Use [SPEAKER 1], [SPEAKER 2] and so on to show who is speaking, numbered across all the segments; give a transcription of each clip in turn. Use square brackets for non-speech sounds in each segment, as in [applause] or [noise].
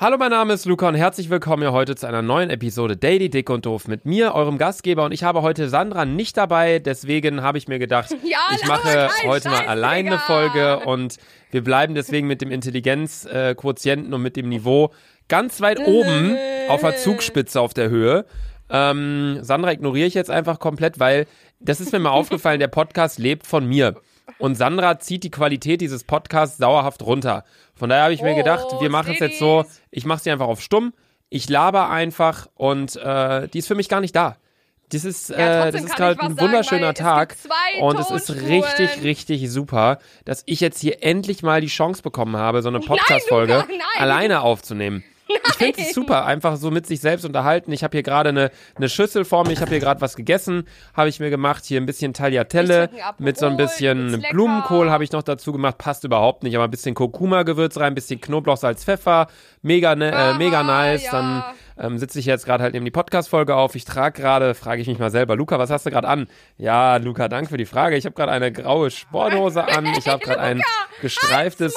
[SPEAKER 1] Hallo, mein Name ist Luca und herzlich willkommen hier heute zu einer neuen Episode Daily Dick und Doof mit mir, eurem Gastgeber. Und ich habe heute Sandra nicht dabei, deswegen habe ich mir gedacht,
[SPEAKER 2] [laughs] Ja,
[SPEAKER 1] ich
[SPEAKER 2] laber
[SPEAKER 1] mache
[SPEAKER 2] keinen
[SPEAKER 1] heute mal
[SPEAKER 2] Scheiß,
[SPEAKER 1] allein eine
[SPEAKER 2] Digga.
[SPEAKER 1] Folge und wir bleiben deswegen mit dem Intelligenzquotienten äh, Quotienten und mit dem Niveau ganz weit oben auf der Zugspitze auf der Höhe. Ähm, Sandra ignoriere ich jetzt einfach komplett, weil das ist mir
[SPEAKER 2] [laughs]
[SPEAKER 1] mal aufgefallen, der Podcast lebt von mir. Und Sandra zieht die Qualität dieses Podcasts dauerhaft runter. Von daher habe ich mir
[SPEAKER 2] Oh,
[SPEAKER 1] gedacht, wir machen es jetzt so, ich mache sie einfach auf stumm, ich laber einfach und äh, die ist für mich gar nicht da. Das ist,
[SPEAKER 2] Ja,
[SPEAKER 1] äh, das
[SPEAKER 2] trotzdem
[SPEAKER 1] ist
[SPEAKER 2] kann
[SPEAKER 1] gerade
[SPEAKER 2] ich was
[SPEAKER 1] ein
[SPEAKER 2] sagen,
[SPEAKER 1] wunderschöner
[SPEAKER 2] weil es gibt
[SPEAKER 1] Tag
[SPEAKER 2] zwei
[SPEAKER 1] und es ist
[SPEAKER 2] Tonspuren.
[SPEAKER 1] richtig, richtig super, dass ich jetzt hier endlich mal die Chance bekommen habe,
[SPEAKER 2] [laughs]
[SPEAKER 1] so eine
[SPEAKER 2] Luca,
[SPEAKER 1] Podcast-Folge
[SPEAKER 2] nein.
[SPEAKER 1] alleine aufzunehmen. Ich finde es super, einfach so mit sich selbst unterhalten. Ich habe hier gerade eine, eine Schüssel vor mir, ich habe hier gerade was gegessen, habe ich mir gemacht, hier ein bisschen Tagliatelle
[SPEAKER 2] Ich trinke ein Aperol,
[SPEAKER 1] mit so ein
[SPEAKER 2] ist
[SPEAKER 1] bisschen
[SPEAKER 2] lecker.
[SPEAKER 1] Blumenkohl habe ich noch dazu gemacht, passt überhaupt nicht, aber ein bisschen Kurkuma-Gewürz rein, ein bisschen Knoblauch, Salz, Pfeffer, mega, ne, äh, mega
[SPEAKER 2] Ah,
[SPEAKER 1] nice,
[SPEAKER 2] ja.
[SPEAKER 1] dann ähm, sitze ich jetzt gerade halt neben die Podcast-Folge auf. Ich trage gerade, frage ich mich mal selber, Luca, was hast du gerade an? Ja, Luca, danke für die Frage. Ich habe gerade eine graue Sporthose an. Ich habe gerade
[SPEAKER 2] [laughs]
[SPEAKER 1] ein gestreiftes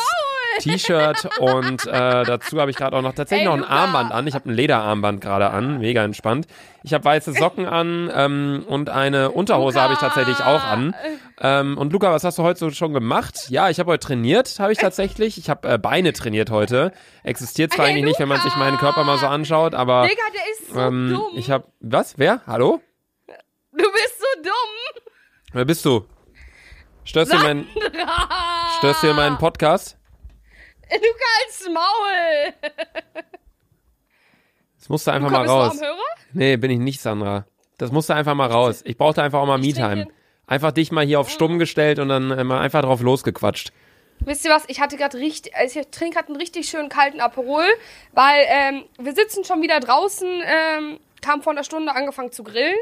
[SPEAKER 1] T-Shirt und äh, dazu habe ich gerade auch noch tatsächlich
[SPEAKER 2] Ey,
[SPEAKER 1] noch ein
[SPEAKER 2] Luca.
[SPEAKER 1] Armband an. Ich habe ein Lederarmband gerade an, mega entspannt. Ich habe weiße Socken an ähm, und eine Unterhose habe ich tatsächlich auch an. Ähm, und Luca, was hast du heute so schon gemacht? Ja, ich habe heute trainiert, habe ich tatsächlich. Ich habe äh, Beine trainiert heute. Existiert zwar
[SPEAKER 2] Ey,
[SPEAKER 1] eigentlich nicht, wenn man sich meinen
[SPEAKER 2] Luca.
[SPEAKER 1] Körper mal so anschaut, aber
[SPEAKER 2] Digga, der ist so
[SPEAKER 1] ähm,
[SPEAKER 2] dumm.
[SPEAKER 1] ich habe was? Wer? Hallo?
[SPEAKER 2] du bist so dumm.
[SPEAKER 1] Wer bist du? Störst du meinen Störst du hier meinen Podcast?
[SPEAKER 2] Luca als Maul.
[SPEAKER 1] Das musste einfach
[SPEAKER 2] Komm,
[SPEAKER 1] mal
[SPEAKER 2] bist du
[SPEAKER 1] raus.
[SPEAKER 2] am Hörer?
[SPEAKER 1] Nee, bin ich nicht, Sandra. Das musste einfach mal raus. Ich brauchte einfach auch mal Me-Time.
[SPEAKER 2] trinke-
[SPEAKER 1] Einfach dich mal hier auf
[SPEAKER 2] Ah.
[SPEAKER 1] stumm gestellt und dann äh, mal einfach drauf losgequatscht.
[SPEAKER 2] Wisst ihr was? Ich hatte gerade richtig, also ich trinke gerade einen richtig schönen kalten Aperol, weil ähm, wir sitzen schon wieder draußen, ähm, haben vor einer Stunde angefangen zu grillen.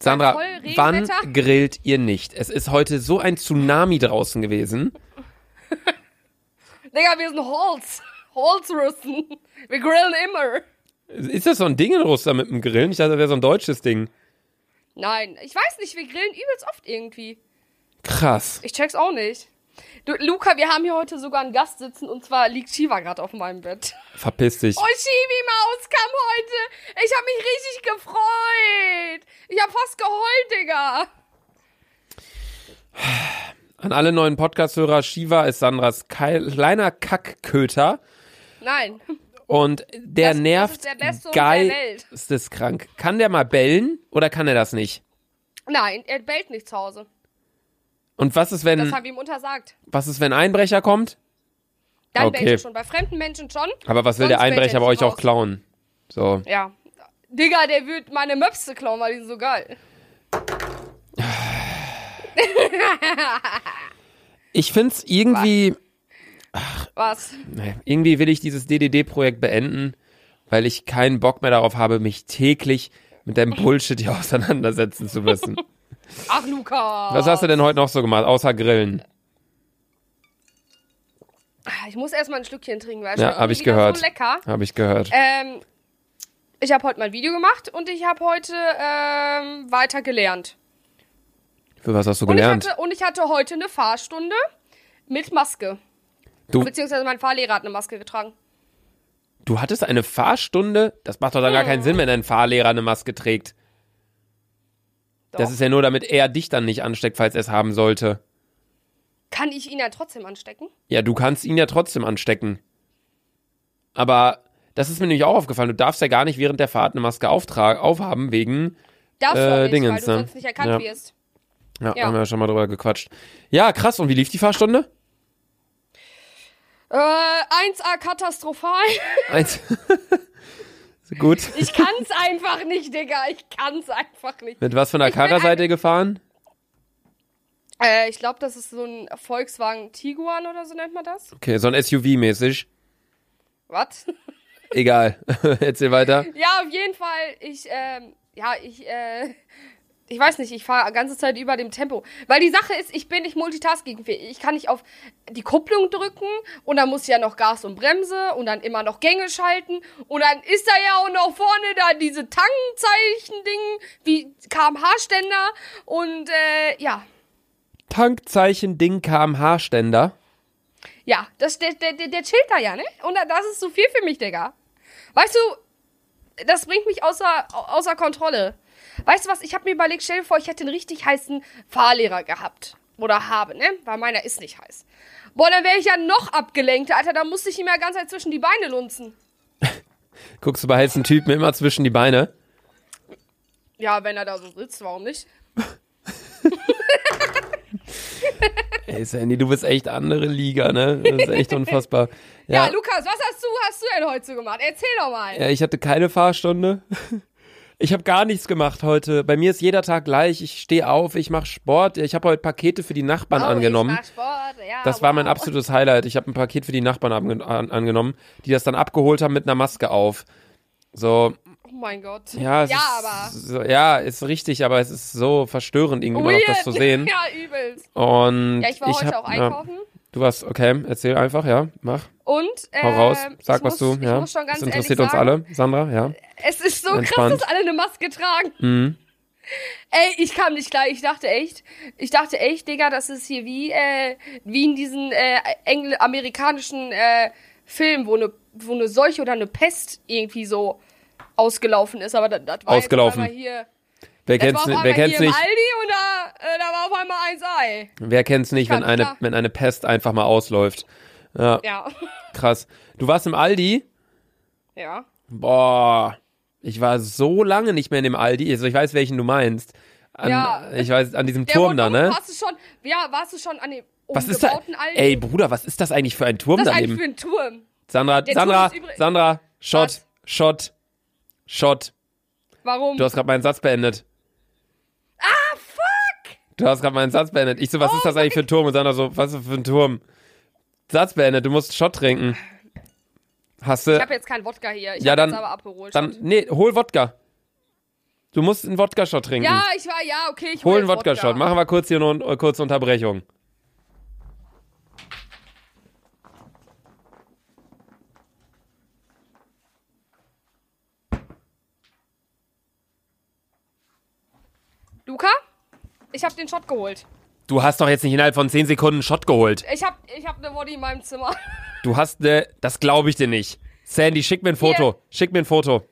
[SPEAKER 1] Sandra,
[SPEAKER 2] voll Regenwetter.
[SPEAKER 1] wann grillt ihr nicht? Es ist heute so ein Tsunami draußen gewesen.
[SPEAKER 2] Digga, wir sind Holz. Holzrüsten. Wir grillen immer.
[SPEAKER 1] Ist das so ein Ding in Russland mit dem Grillen? Ich dachte, das wäre so ein deutsches Ding.
[SPEAKER 2] Nein, ich weiß nicht, wir grillen übelst oft irgendwie.
[SPEAKER 1] Krass.
[SPEAKER 2] Ich check's auch nicht. Du, Luca, wir haben hier heute sogar einen Gast sitzen und zwar liegt Shiva gerade auf meinem Bett.
[SPEAKER 1] Verpiss dich.
[SPEAKER 2] Und Shibi Maus kam Oh, heute. Ich habe mich richtig gefreut. Ich habe fast geheult, Digga.
[SPEAKER 1] An alle neuen Podcast-Hörer, Shiva ist Sandras kei- kleiner Kackköter
[SPEAKER 2] Nein.
[SPEAKER 1] und der
[SPEAKER 2] Das- das
[SPEAKER 1] nervt
[SPEAKER 2] ist der beste Hund der
[SPEAKER 1] geil.
[SPEAKER 2] Welt.
[SPEAKER 1] Ist das krank? Kann der mal bellen oder kann er das nicht?
[SPEAKER 2] Nein, er bellt nicht zu Hause.
[SPEAKER 1] Und was ist, wenn
[SPEAKER 2] Das habe ich ihm untersagt.
[SPEAKER 1] Was ist, wenn ein Einbrecher kommt?
[SPEAKER 2] Dann
[SPEAKER 1] Okay.
[SPEAKER 2] bellt er schon. Bei fremden Menschen schon.
[SPEAKER 1] Aber was will der
[SPEAKER 2] Sonst fällt
[SPEAKER 1] Einbrecher
[SPEAKER 2] er
[SPEAKER 1] bei
[SPEAKER 2] nicht
[SPEAKER 1] euch auch
[SPEAKER 2] raus.
[SPEAKER 1] klauen? So.
[SPEAKER 2] Ja. Digga, der wird meine Möpse klauen, weil die sind so geil.
[SPEAKER 1] Ich find's irgendwie,
[SPEAKER 2] Was?
[SPEAKER 1] nee, irgendwie will ich dieses DDD-Projekt beenden, weil ich keinen Bock mehr darauf habe, mich täglich mit deinem Bullshit hier [laughs] auseinandersetzen zu
[SPEAKER 2] [laughs]
[SPEAKER 1] müssen.
[SPEAKER 2] Ach, Luca.
[SPEAKER 1] Was hast du denn heute noch so gemacht, außer Grillen?
[SPEAKER 2] Ich muss erstmal ein Schlückchen trinken, weil es
[SPEAKER 1] Ja,
[SPEAKER 2] schmeckt
[SPEAKER 1] hab
[SPEAKER 2] mir
[SPEAKER 1] ich
[SPEAKER 2] wieder
[SPEAKER 1] gehört.
[SPEAKER 2] so lecker.
[SPEAKER 1] Habe ich gehört.
[SPEAKER 2] Ähm, ich habe heute mein Video gemacht und ich habe heute ähm, weiter gelernt.
[SPEAKER 1] Für was hast du
[SPEAKER 2] Und ich,
[SPEAKER 1] gelernt?
[SPEAKER 2] hatte, und ich hatte heute eine Fahrstunde mit Maske.
[SPEAKER 1] Du,
[SPEAKER 2] Beziehungsweise mein Fahrlehrer hat eine Maske getragen.
[SPEAKER 1] du hattest eine Fahrstunde? Das macht doch dann gar keinen Sinn, wenn dein Fahrlehrer eine Maske trägt.
[SPEAKER 2] Doch.
[SPEAKER 1] Das ist ja nur, damit er dich dann nicht ansteckt, falls er es haben sollte.
[SPEAKER 2] Kann ich ihn ja trotzdem anstecken?
[SPEAKER 1] Ja, du kannst ihn ja trotzdem anstecken. Aber das ist mir nämlich auch aufgefallen. Du darfst ja gar nicht während der Fahrt eine Maske auftra- aufhaben wegen.
[SPEAKER 2] Darfst
[SPEAKER 1] Äh,
[SPEAKER 2] du auch nicht, weil
[SPEAKER 1] Dingens,
[SPEAKER 2] du
[SPEAKER 1] ne?
[SPEAKER 2] sonst nicht erkannt
[SPEAKER 1] Ja.
[SPEAKER 2] wirst.
[SPEAKER 1] Ja,
[SPEAKER 2] Ja.
[SPEAKER 1] haben wir ja schon mal drüber gequatscht. Ja, krass. Und wie lief die Fahrstunde?
[SPEAKER 2] Äh, 1A katastrophal. [laughs]
[SPEAKER 1] Eins. [laughs] Gut.
[SPEAKER 2] Ich kann's einfach nicht, Digga. Ich kann's einfach nicht.
[SPEAKER 1] Mit was für einer Karre seid ihr gefahren?
[SPEAKER 2] Äh, ich glaube, das ist so ein Volkswagen Tiguan oder so nennt man das.
[SPEAKER 1] Okay, so ein SUV-mäßig.
[SPEAKER 2] Was?
[SPEAKER 1] Egal. [laughs] Erzähl weiter.
[SPEAKER 2] [laughs] Ja, auf jeden Fall. Ich, ähm, ja, ich, äh, ich weiß nicht, ich fahre ganze Zeit über dem Tempo. Weil die Sache ist, ich bin nicht multitaskingfähig. Ich kann nicht auf die Kupplung drücken und dann muss ich ja noch Gas und Bremse und dann immer noch Gänge schalten und dann ist da ja auch noch vorne da diese Tangenzeichen-Ding wie KMH-Ständer und, äh, ja.
[SPEAKER 1] Tankzeichen Ding KMH-Ständer.
[SPEAKER 2] Ja, das, der, der, der der chillt da ja, ne? Und das ist zu viel für mich, Digga. Weißt du, das bringt mich außer, außer Kontrolle. Weißt du was, ich habe mir überlegt, stell dir vor, ich hätte einen richtig heißen Fahrlehrer gehabt. Oder habe, ne? Weil meiner ist nicht heiß. Boah, dann wäre ich ja noch abgelenkter, Alter. Da musste ich ihm ja ganz halt zwischen die Beine lunzen.
[SPEAKER 1] Guckst du bei heißen Typen immer zwischen die Beine?
[SPEAKER 2] Ja, wenn er da so sitzt, warum nicht?
[SPEAKER 1] Ey, Sandy, du bist echt andere Liga, ne? Das ist echt unfassbar.
[SPEAKER 2] [laughs] Ja.
[SPEAKER 1] Ja,
[SPEAKER 2] Lukas, was hast du, hast du denn heute so gemacht? Erzähl doch mal.
[SPEAKER 1] ja ich hatte keine Fahrstunde. [laughs] Ich habe gar nichts gemacht heute. Bei mir ist jeder Tag gleich. Ich stehe auf, ich mache Sport. Ich habe heute Pakete für die Nachbarn
[SPEAKER 2] Oh, ich
[SPEAKER 1] angenommen.
[SPEAKER 2] mach Sport, ja,
[SPEAKER 1] Das war mein
[SPEAKER 2] wow.
[SPEAKER 1] absolutes Highlight. Ich habe ein Paket für die Nachbarn ange- an, angenommen, die das dann abgeholt haben mit einer Maske auf. So,
[SPEAKER 2] Oh mein Gott.
[SPEAKER 1] ja, es
[SPEAKER 2] ja
[SPEAKER 1] ist,
[SPEAKER 2] aber.
[SPEAKER 1] So, ja, ist richtig, aber es ist so verstörend, irgendwie immer noch das zu sehen.
[SPEAKER 2] [laughs] Ja, übelst.
[SPEAKER 1] Und
[SPEAKER 2] Ja, ich war heute
[SPEAKER 1] hab,
[SPEAKER 2] auch einkaufen.
[SPEAKER 1] Ja, du warst, okay, erzähl einfach, ja, mach.
[SPEAKER 2] Und äh,
[SPEAKER 1] Hau raus, sag
[SPEAKER 2] ich
[SPEAKER 1] was
[SPEAKER 2] muss,
[SPEAKER 1] du, ja.
[SPEAKER 2] Ich muss schon ganz
[SPEAKER 1] das interessiert
[SPEAKER 2] ehrlich
[SPEAKER 1] uns
[SPEAKER 2] sagen,
[SPEAKER 1] alle, Sandra, ja.
[SPEAKER 2] Es ist so
[SPEAKER 1] Entspannt.
[SPEAKER 2] krass, dass alle eine Maske tragen.
[SPEAKER 1] Mhm.
[SPEAKER 2] Ey, ich kam nicht klar. Ich dachte echt, ich dachte echt, Digga, das ist hier wie, äh, wie in diesen äh, engl amerikanischen äh, Film, wo eine, wo eine Seuche oder eine Pest irgendwie so ausgelaufen ist. Aber das, das war jetzt auf
[SPEAKER 1] Ausgelaufen.
[SPEAKER 2] einmal hier.
[SPEAKER 1] Wer
[SPEAKER 2] Das
[SPEAKER 1] kennt's,
[SPEAKER 2] war auf
[SPEAKER 1] ni-
[SPEAKER 2] einmal
[SPEAKER 1] wer
[SPEAKER 2] hier
[SPEAKER 1] kennt's
[SPEAKER 2] im
[SPEAKER 1] nicht?
[SPEAKER 2] Aldi und da, äh, da war auf einmal ein Ei.
[SPEAKER 1] Wer kennt's nicht, wenn
[SPEAKER 2] Ganz
[SPEAKER 1] eine,
[SPEAKER 2] klar.
[SPEAKER 1] wenn eine Pest einfach mal ausläuft?
[SPEAKER 2] Ja. [laughs]
[SPEAKER 1] Krass. Du warst im Aldi?
[SPEAKER 2] Ja.
[SPEAKER 1] Boah, ich war so lange nicht mehr in dem Aldi. Also ich weiß, welchen du meinst. An,
[SPEAKER 2] Ja.
[SPEAKER 1] Ich weiß, an diesem
[SPEAKER 2] Der
[SPEAKER 1] Turm
[SPEAKER 2] wurde
[SPEAKER 1] da,
[SPEAKER 2] um-
[SPEAKER 1] ne?
[SPEAKER 2] Warst du schon, ja, warst du schon an dem
[SPEAKER 1] Was ist da?
[SPEAKER 2] umgebauten Aldi?
[SPEAKER 1] Ey, Bruder, was ist das eigentlich für ein Turm
[SPEAKER 2] das ist eigentlich
[SPEAKER 1] daneben?
[SPEAKER 2] für ein Turm.
[SPEAKER 1] Sandra,
[SPEAKER 2] Der Turm
[SPEAKER 1] Sandra,
[SPEAKER 2] ist übrig-
[SPEAKER 1] Sandra, Shot,
[SPEAKER 2] Was?
[SPEAKER 1] Shot, Shot.
[SPEAKER 2] Warum?
[SPEAKER 1] Du hast gerade meinen Satz beendet. Ah, fuck! Du hast gerade meinen Satz beendet. Ich so,
[SPEAKER 2] Oh,
[SPEAKER 1] was ist das eigentlich für ein Turm? Und Sandra so, was ist das für ein Turm? Satz beendet, du musst Shot trinken. Hast du.
[SPEAKER 2] ich habe jetzt keinen Wodka hier. Ich
[SPEAKER 1] äh, Ja,
[SPEAKER 2] hab
[SPEAKER 1] dann-
[SPEAKER 2] jetzt aber abgeholt.
[SPEAKER 1] Dann, nee, hol Wodka. Du musst einen Wodka-Shot trinken.
[SPEAKER 2] ja, ich war, ja, okay, ich
[SPEAKER 1] Hol einen
[SPEAKER 2] jetzt
[SPEAKER 1] Wodka-Shot. Machen wir kurz hier nur eine kurze Unterbrechung.
[SPEAKER 2] Luca, ich habe den Shot geholt.
[SPEAKER 1] Du hast doch jetzt nicht innerhalb von 10 Sekunden einen Shot geholt.
[SPEAKER 2] Ich habe ich hab eine Woddy in meinem Zimmer. [laughs]
[SPEAKER 1] Du hast ne, das glaube ich dir nicht. Sandy, schick mir ein Foto.
[SPEAKER 2] Hier.
[SPEAKER 1] Schick mir ein Foto.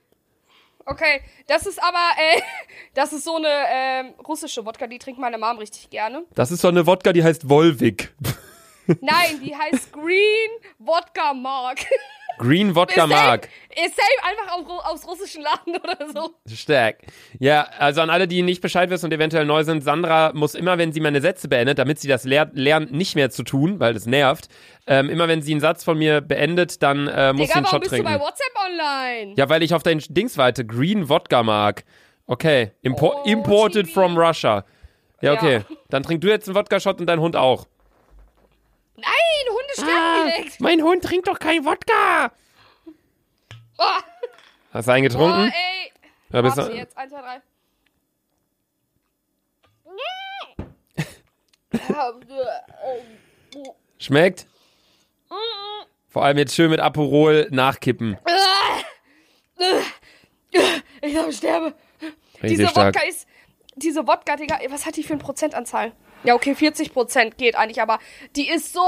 [SPEAKER 2] Okay, das ist aber, äh, [laughs] das ist so eine ähm, russische Wodka, die trinkt meine Mom richtig gerne.
[SPEAKER 1] Das ist so eine Wodka, die heißt Wolvik.
[SPEAKER 2] Nein, die heißt Green Wodka Mark. [laughs]
[SPEAKER 1] Green Wodka
[SPEAKER 2] Ist safe-
[SPEAKER 1] Mark.
[SPEAKER 2] Ist safe einfach auf, Ru- aus russischen Laden oder so.
[SPEAKER 1] Stark. Ja, also an alle, die nicht Bescheid wissen und eventuell neu sind, Sandra muss immer, wenn sie meine Sätze beendet, damit sie das ler lernt, nicht mehr zu tun, weil das nervt, ähm, immer wenn sie einen Satz von mir beendet, dann äh, muss sie
[SPEAKER 2] Digga,
[SPEAKER 1] einen
[SPEAKER 2] warum
[SPEAKER 1] Shot
[SPEAKER 2] bist
[SPEAKER 1] trinken.
[SPEAKER 2] du bei WhatsApp online?
[SPEAKER 1] Ja, weil ich auf dein Dings warte. Green Wodka mag. Okay. Impor
[SPEAKER 2] Oh,
[SPEAKER 1] imported
[SPEAKER 2] Chibi.
[SPEAKER 1] from Russia. Ja,
[SPEAKER 2] Ja.
[SPEAKER 1] okay. Dann trink du jetzt einen Wodka-Shot und dein Hund auch.
[SPEAKER 2] Nein, Hunde
[SPEAKER 1] Ah.
[SPEAKER 2] sterben direkt.
[SPEAKER 1] mein Hund trinkt doch keinen Wodka.
[SPEAKER 2] Oh.
[SPEAKER 1] Hast du einen
[SPEAKER 2] Oh,
[SPEAKER 1] getrunken?
[SPEAKER 2] ey.
[SPEAKER 1] Ja, bist
[SPEAKER 2] Warte,
[SPEAKER 1] du-
[SPEAKER 2] jetzt. Eins, zwei, drei. Ja, [laughs] äh, oh.
[SPEAKER 1] Schmeckt? Vor allem jetzt schön mit Aperol nachkippen.
[SPEAKER 2] Ich glaube, ich sterbe.
[SPEAKER 1] Richtig
[SPEAKER 2] diese
[SPEAKER 1] stark.
[SPEAKER 2] Wodka ist. Diese Wodka, Digga, ey, was hat die für eine Prozentanzahl? Ja, okay, 40 Prozent geht eigentlich, aber die ist so.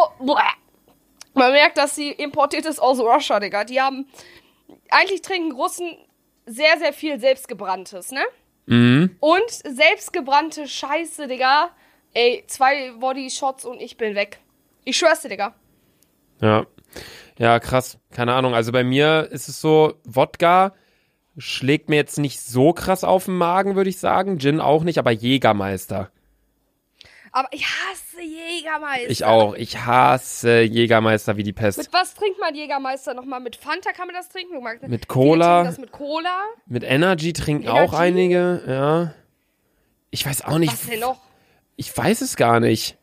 [SPEAKER 2] Man merkt, dass sie importiert ist aus Russia, Digga. Die haben. Eigentlich trinken Russen sehr, sehr viel selbstgebranntes, ne?
[SPEAKER 1] Mhm.
[SPEAKER 2] Und selbstgebrannte Scheiße, Digga. Ey, zwei Body-Shots und ich bin weg. Ich schwör's dir, Digga.
[SPEAKER 1] Ja. Ja, krass. Keine Ahnung. Also bei mir ist es so, Wodka schlägt mir jetzt nicht so krass auf den Magen, würde ich sagen. Gin auch nicht, aber Jägermeister.
[SPEAKER 2] Aber ich hasse Jägermeister.
[SPEAKER 1] Ich auch. Ich hasse Jägermeister wie die Pest.
[SPEAKER 2] Mit was trinkt man Jägermeister nochmal? Mit Fanta kann man das trinken? Du magst-
[SPEAKER 1] Mit
[SPEAKER 2] Viele
[SPEAKER 1] Cola.
[SPEAKER 2] trinken Das mit Cola?
[SPEAKER 1] Mit Energy trinken
[SPEAKER 2] Energy?
[SPEAKER 1] auch einige, ja. Ich weiß auch nicht.
[SPEAKER 2] Was denn noch?
[SPEAKER 1] Ich weiß es gar nicht.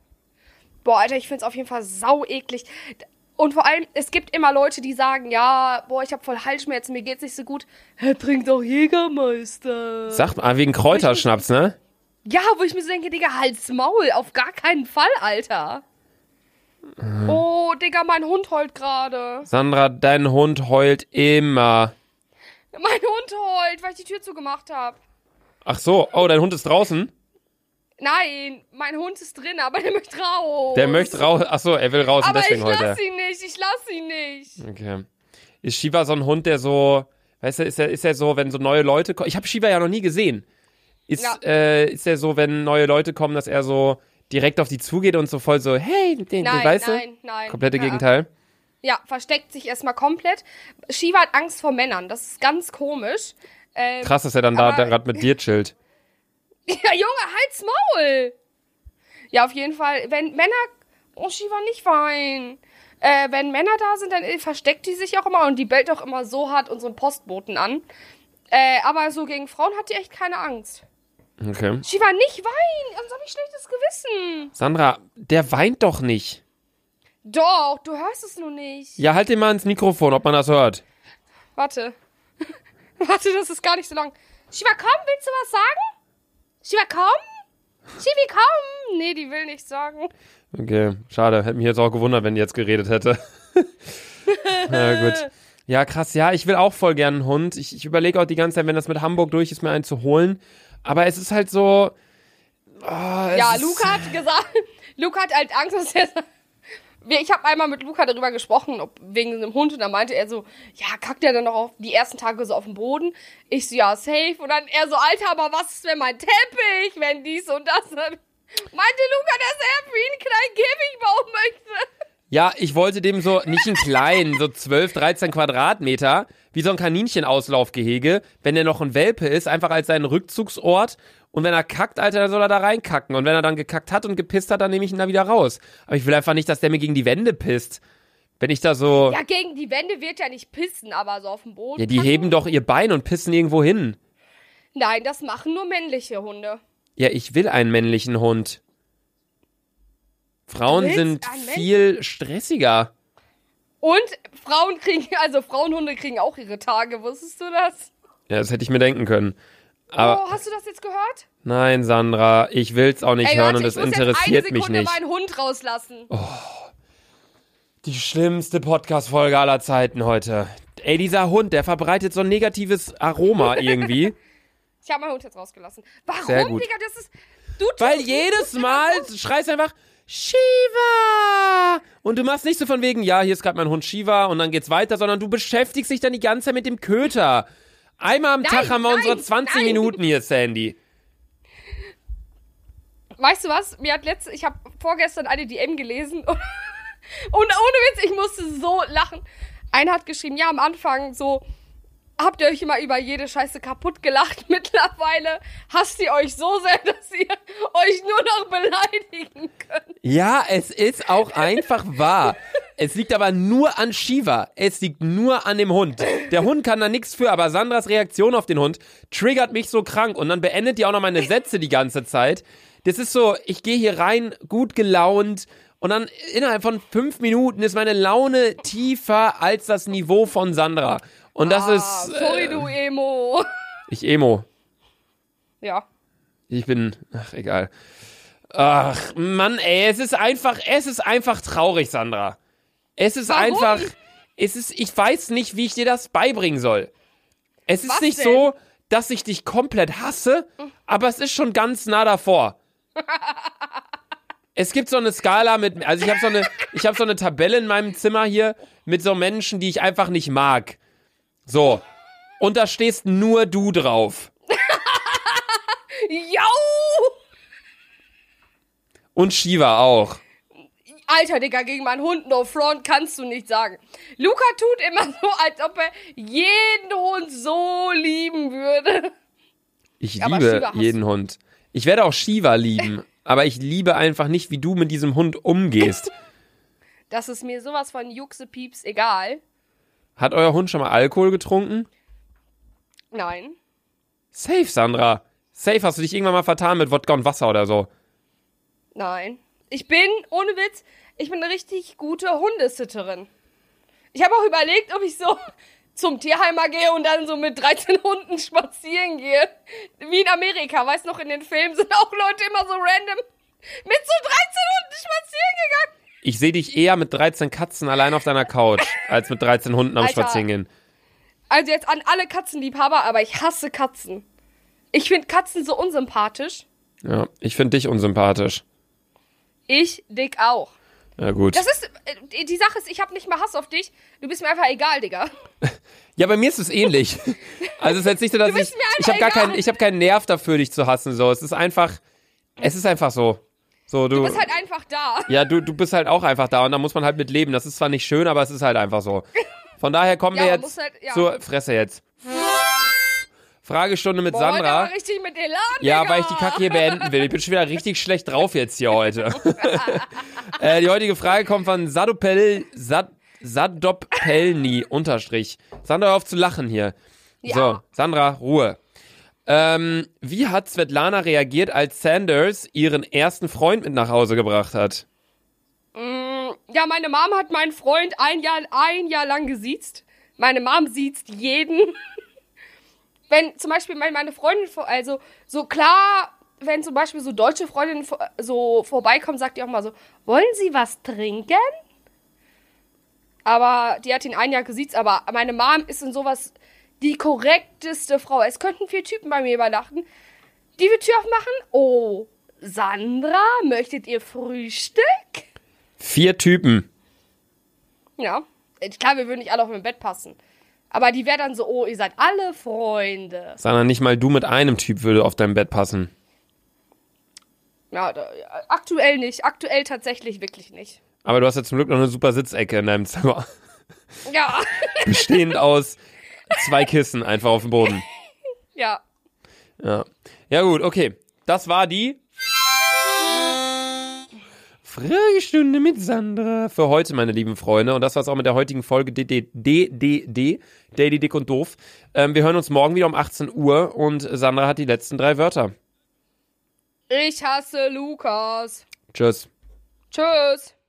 [SPEAKER 2] Boah, Alter, ich find's auf jeden Fall sau eklig. Und vor allem, es gibt immer Leute, die sagen, ja, boah, ich hab voll Halsschmerzen, mir geht's nicht so gut. Er trinkt auch Jägermeister.
[SPEAKER 1] Sag mal, ah, wegen Kräuterschnaps, ne?
[SPEAKER 2] Ja, wo ich mir so denke, Digga, halt's Maul. Auf gar keinen Fall, Alter. Oh, Digga, mein Hund heult gerade.
[SPEAKER 1] Sandra, dein Hund heult immer.
[SPEAKER 2] Mein Hund heult, weil ich die Tür zugemacht habe.
[SPEAKER 1] Ach so, oh, dein Hund ist draußen?
[SPEAKER 2] Nein, mein Hund ist drin, aber der möchte raus.
[SPEAKER 1] Der möchte raus. Ach so, er will raus und
[SPEAKER 2] Aber ich
[SPEAKER 1] deswegen heult er.
[SPEAKER 2] lass ihn nicht, ich lass ihn nicht.
[SPEAKER 1] Okay. Ist Shiva so ein Hund, der so, weißt du, ist er, ist er so, wenn so neue Leute kommen. Ich habe Shiva ja noch nie gesehen. Ist,
[SPEAKER 2] Ja.
[SPEAKER 1] äh, ist er so, wenn neue Leute kommen, dass er so direkt auf die zugeht und so voll so, hey, den, den
[SPEAKER 2] Nein,
[SPEAKER 1] weißt
[SPEAKER 2] nein,
[SPEAKER 1] du?
[SPEAKER 2] nein.
[SPEAKER 1] Komplette
[SPEAKER 2] Ja.
[SPEAKER 1] Gegenteil.
[SPEAKER 2] Ja, versteckt sich erstmal komplett. Shiva hat Angst vor Männern. Das ist ganz komisch. Ähm, [laughs]
[SPEAKER 1] Krass, dass er dann da,
[SPEAKER 2] Aber-
[SPEAKER 1] da gerade mit dir chillt.
[SPEAKER 2] Ja, Junge, halt's Maul! Ja, auf jeden Fall. Wenn Männer. Oh, Shiva, nicht weinen. Äh, wenn Männer da sind, dann äh, versteckt die sich auch immer und die bellt auch immer so hart unseren Postboten an. Äh, aber so gegen Frauen hat die echt keine Angst.
[SPEAKER 1] Okay.
[SPEAKER 2] Shiva, nicht weinen! Sonst hab ich schlechtes Gewissen.
[SPEAKER 1] Sandra, der weint doch nicht.
[SPEAKER 2] Doch, du hörst es nur nicht.
[SPEAKER 1] Ja, halt den mal ins Mikrofon, ob man das hört.
[SPEAKER 2] Warte. [laughs] Warte, das ist gar nicht so lang. Shiva, komm, willst du was sagen? Shiva, komm! Shivi, komm! Nee, die will nichts sagen.
[SPEAKER 1] Okay, schade. Hätte mich jetzt auch gewundert, wenn die jetzt geredet
[SPEAKER 2] [laughs]
[SPEAKER 1] hätte. Na gut. Ja, krass. Ja, ich will auch voll gern einen Hund. Ich, ich überlege auch die ganze Zeit, wenn das mit Hamburg durch ist, mir einen zu holen. Aber es ist halt so. Oh, es
[SPEAKER 2] Ja,
[SPEAKER 1] ist,
[SPEAKER 2] Luca hat gesagt, [laughs] Luca hat halt Angst, dass er. Wir- Ich habe einmal mit Luca darüber gesprochen, ob wegen einem Hund, und dann meinte er so, ja, kackt er dann noch auf die ersten Tage so auf den Boden? Ich so, ja, safe. Und dann er so, Alter, aber was ist, wenn mein Teppich, wenn dies und das? Dann meinte Luca, dass er für ihn einen kleinen Käfig bauen möchte.
[SPEAKER 1] Ja, ich wollte dem so nicht einen kleinen, so 12, 13 Quadratmeter, wie so ein Kaninchen-Auslaufgehege, wenn er noch ein Welpe ist, einfach als seinen Rückzugsort. Und wenn er kackt, Alter, dann soll er da reinkacken. Und wenn er dann gekackt hat und gepisst hat, dann nehme ich ihn da wieder raus. Aber ich will einfach nicht, dass der mir gegen die Wände pisst. Wenn ich da so.
[SPEAKER 2] Ja, gegen die Wände wird ja nicht pissen, aber so auf dem Boden.
[SPEAKER 1] Ja, die heben doch ihr Bein und pissen irgendwo hin.
[SPEAKER 2] Nein, das machen nur männliche Hunde.
[SPEAKER 1] Ja, ich will einen männlichen Hund.
[SPEAKER 2] Du
[SPEAKER 1] Frauen
[SPEAKER 2] willst
[SPEAKER 1] sind
[SPEAKER 2] einen Männ-
[SPEAKER 1] viel stressiger.
[SPEAKER 2] Und Frauen kriegen, [laughs] also Frauenhunde kriegen auch ihre Tage, wusstest du das?
[SPEAKER 1] Ja, das hätte ich mir denken können. Aber
[SPEAKER 2] oh, hast du das jetzt gehört?
[SPEAKER 1] nein, Sandra, ich will's auch nicht
[SPEAKER 2] Ey,
[SPEAKER 1] hören
[SPEAKER 2] Leute,
[SPEAKER 1] und es
[SPEAKER 2] ich muss
[SPEAKER 1] interessiert
[SPEAKER 2] jetzt eine
[SPEAKER 1] mich
[SPEAKER 2] Sekunde
[SPEAKER 1] nicht. Oh.
[SPEAKER 2] meinen Hund rauslassen.
[SPEAKER 1] Die schlimmste Podcast-Folge aller Zeiten heute. Ey, dieser Hund, der verbreitet so ein negatives
[SPEAKER 2] [laughs]
[SPEAKER 1] Aroma irgendwie.
[SPEAKER 2] Ich habe meinen Hund jetzt rausgelassen. Warum,
[SPEAKER 1] Sehr gut.
[SPEAKER 2] Digga? Das ist. Du tust
[SPEAKER 1] Weil
[SPEAKER 2] nicht-
[SPEAKER 1] jedes Mal schreist du einfach Shiva! Und du machst nicht so von wegen, ja, hier ist gerade mein Hund Shiva und dann geht's weiter, sondern du beschäftigst dich dann die ganze Zeit mit dem Köter. Einmal am
[SPEAKER 2] Nein,
[SPEAKER 1] Tag haben wir
[SPEAKER 2] nein,
[SPEAKER 1] unsere 20
[SPEAKER 2] nein.
[SPEAKER 1] Minuten hier, Sandy.
[SPEAKER 2] Weißt du was? Mir hat letzte. Ich habe vorgestern eine DM gelesen. [laughs] Und, und ohne Witz, ich musste so lachen. Einer hat geschrieben: Ja, am Anfang so. Habt ihr euch immer über jede Scheiße kaputt gelacht? [laughs] Mittlerweile hasst ihr euch so sehr, [laughs] dass ihr euch nur noch beleidigen könnt.
[SPEAKER 1] Ja, es ist auch einfach wahr. Es liegt aber nur an Shiva. Es liegt nur an dem Hund. Der Hund kann da nichts für, aber Sandras Reaktion auf den Hund triggert mich so krank und dann beendet die auch noch meine Sätze die ganze Zeit. Das ist so, ich gehe hier rein, gut gelaunt und dann innerhalb von fünf Minuten ist meine Laune tiefer als das Niveau von Sandra. Und das
[SPEAKER 2] Ah,
[SPEAKER 1] ist.
[SPEAKER 2] sorry,
[SPEAKER 1] Äh,
[SPEAKER 2] du Emo.
[SPEAKER 1] ich Emo.
[SPEAKER 2] Ja.
[SPEAKER 1] Ich bin, ach egal. Ach, Mann, ey, es ist einfach, es ist einfach traurig, Sandra. Es ist
[SPEAKER 2] Warum?
[SPEAKER 1] einfach, es ist, ich weiß nicht, wie ich dir das beibringen soll. Es ist
[SPEAKER 2] Was
[SPEAKER 1] nicht
[SPEAKER 2] denn?
[SPEAKER 1] so, dass ich dich komplett hasse, aber es ist schon ganz nah
[SPEAKER 2] [laughs]
[SPEAKER 1] davor. Es gibt so eine Skala mit, also ich habe so eine, ich habe so eine Tabelle in meinem Zimmer hier mit so Menschen, die ich einfach nicht mag. So. Und da stehst nur du drauf.
[SPEAKER 2] Jau!
[SPEAKER 1] Und Shiva auch.
[SPEAKER 2] Alter, Digga, gegen meinen Hund No Front kannst du nicht sagen. Luca tut immer so, als ob er jeden Hund so lieben würde.
[SPEAKER 1] Ich
[SPEAKER 2] Aber
[SPEAKER 1] liebe
[SPEAKER 2] Shiva hasst
[SPEAKER 1] jeden Hund. Ich werde auch Shiva
[SPEAKER 2] [laughs]
[SPEAKER 1] lieben, aber ich liebe einfach nicht, wie du mit diesem Hund umgehst.
[SPEAKER 2] [laughs] Das ist mir sowas von Juxepieps egal.
[SPEAKER 1] Hat euer Hund schon mal Alkohol getrunken?
[SPEAKER 2] Nein.
[SPEAKER 1] Safe, Sandra. Safe, hast du dich irgendwann mal vertan mit Wodka und Wasser oder so.
[SPEAKER 2] Nein. Ich bin, ohne Witz, ich bin eine richtig gute Hundesitterin. Ich habe auch überlegt, ob ich so [laughs] zum Tierheim mal gehe und dann so mit 13 Hunden spazieren gehe. Wie in Amerika, weißt noch, in den Filmen sind auch Leute immer so random mit so 13 Hunden spazieren gegangen.
[SPEAKER 1] Ich sehe dich eher mit 13 Katzen allein auf deiner
[SPEAKER 2] [laughs]
[SPEAKER 1] Couch, als mit 13 Hunden am
[SPEAKER 2] Alter.
[SPEAKER 1] Spazierengehen.
[SPEAKER 2] Also jetzt an alle Katzenliebhaber, aber ich hasse Katzen. Ich finde Katzen so unsympathisch.
[SPEAKER 1] Ja, ich finde dich unsympathisch.
[SPEAKER 2] Ich dick auch.
[SPEAKER 1] Na gut.
[SPEAKER 2] Das ist, äh, die Sache ist, ich habe nicht mal Hass auf dich. Du bist mir einfach egal, Digga.
[SPEAKER 1] Ja, bei mir ist es
[SPEAKER 2] [laughs]
[SPEAKER 1] ähnlich. Also es ist jetzt nicht so, dass ich
[SPEAKER 2] bist mir
[SPEAKER 1] ich habe gar
[SPEAKER 2] einfach egal.
[SPEAKER 1] keinen ich habe keinen Nerv dafür dich zu hassen so. Es ist einfach es ist einfach so. So du,
[SPEAKER 2] Du bist halt einfach da.
[SPEAKER 1] ja, du du bist halt auch einfach da und da muss man halt mit leben. Das ist zwar nicht schön, aber es ist halt einfach so. Von daher kommen
[SPEAKER 2] Ja,
[SPEAKER 1] wir
[SPEAKER 2] man
[SPEAKER 1] jetzt
[SPEAKER 2] muss halt- ja.
[SPEAKER 1] zur Fresse jetzt. Fragestunde mit
[SPEAKER 2] Boah, heute
[SPEAKER 1] Sandra.
[SPEAKER 2] aber richtig mit Elan,
[SPEAKER 1] Ja,
[SPEAKER 2] Digga.
[SPEAKER 1] weil ich die Kacke hier beenden will. Ich bin schon wieder richtig schlecht drauf jetzt hier
[SPEAKER 2] [laughs]
[SPEAKER 1] heute. äh, die heutige Frage kommt von Sadopel, Sad, Sadopelni unterstrich. Sandra, hör auf zu lachen hier. So,
[SPEAKER 2] Ja.
[SPEAKER 1] Sandra, Ruhe. Ähm, wie hat Svetlana reagiert, als Sanders ihren ersten Freund mit nach Hause gebracht hat?
[SPEAKER 2] Ja, meine Mom hat meinen Freund ein Jahr, ein Jahr lang gesiezt. Meine Mom siezt jeden. [laughs] Wenn zum Beispiel mein- meine Freundin, vor- also so klar, wenn zum Beispiel so deutsche Freundinnen vor- so vorbeikommen, sagt die auch mal so, wollen Sie was trinken? Aber die hat ihn ein Jahr gesiezt, aber meine Mom ist in sowas die korrekteste Frau. Es könnten vier Typen bei mir übernachten. Die wir Tür aufmachen. Oh, Sandra, möchtet ihr Frühstück?
[SPEAKER 1] Vier Typen.
[SPEAKER 2] Ja. Äh, Klar, wir würden nicht alle auf mein Bett passen. Aber die wäre dann so, oh, ihr seid alle Freunde.
[SPEAKER 1] Sandra, nicht mal du mit einem Typ würde auf dein Bett passen.
[SPEAKER 2] Ja, da, ja, aktuell nicht. Aktuell tatsächlich wirklich nicht.
[SPEAKER 1] Aber du hast ja zum Glück noch eine super Sitzecke in deinem Zimmer. [laughs]
[SPEAKER 2] Ja, [laughs]
[SPEAKER 1] Bestehend aus zwei Kissen einfach auf dem Boden.
[SPEAKER 2] ja.
[SPEAKER 1] Ja. Ja, gut, okay. Das war die Fragestunde mit Sandra für heute, meine lieben Freunde. Und das war's auch mit der heutigen Folge DDD, Daily Dick und Doof. Ähm, wir hören uns morgen wieder um 18 Uhr und Sandra hat die letzten drei Wörter.
[SPEAKER 2] Ich hasse Lukas.
[SPEAKER 1] Tschüss.
[SPEAKER 2] Tschüss.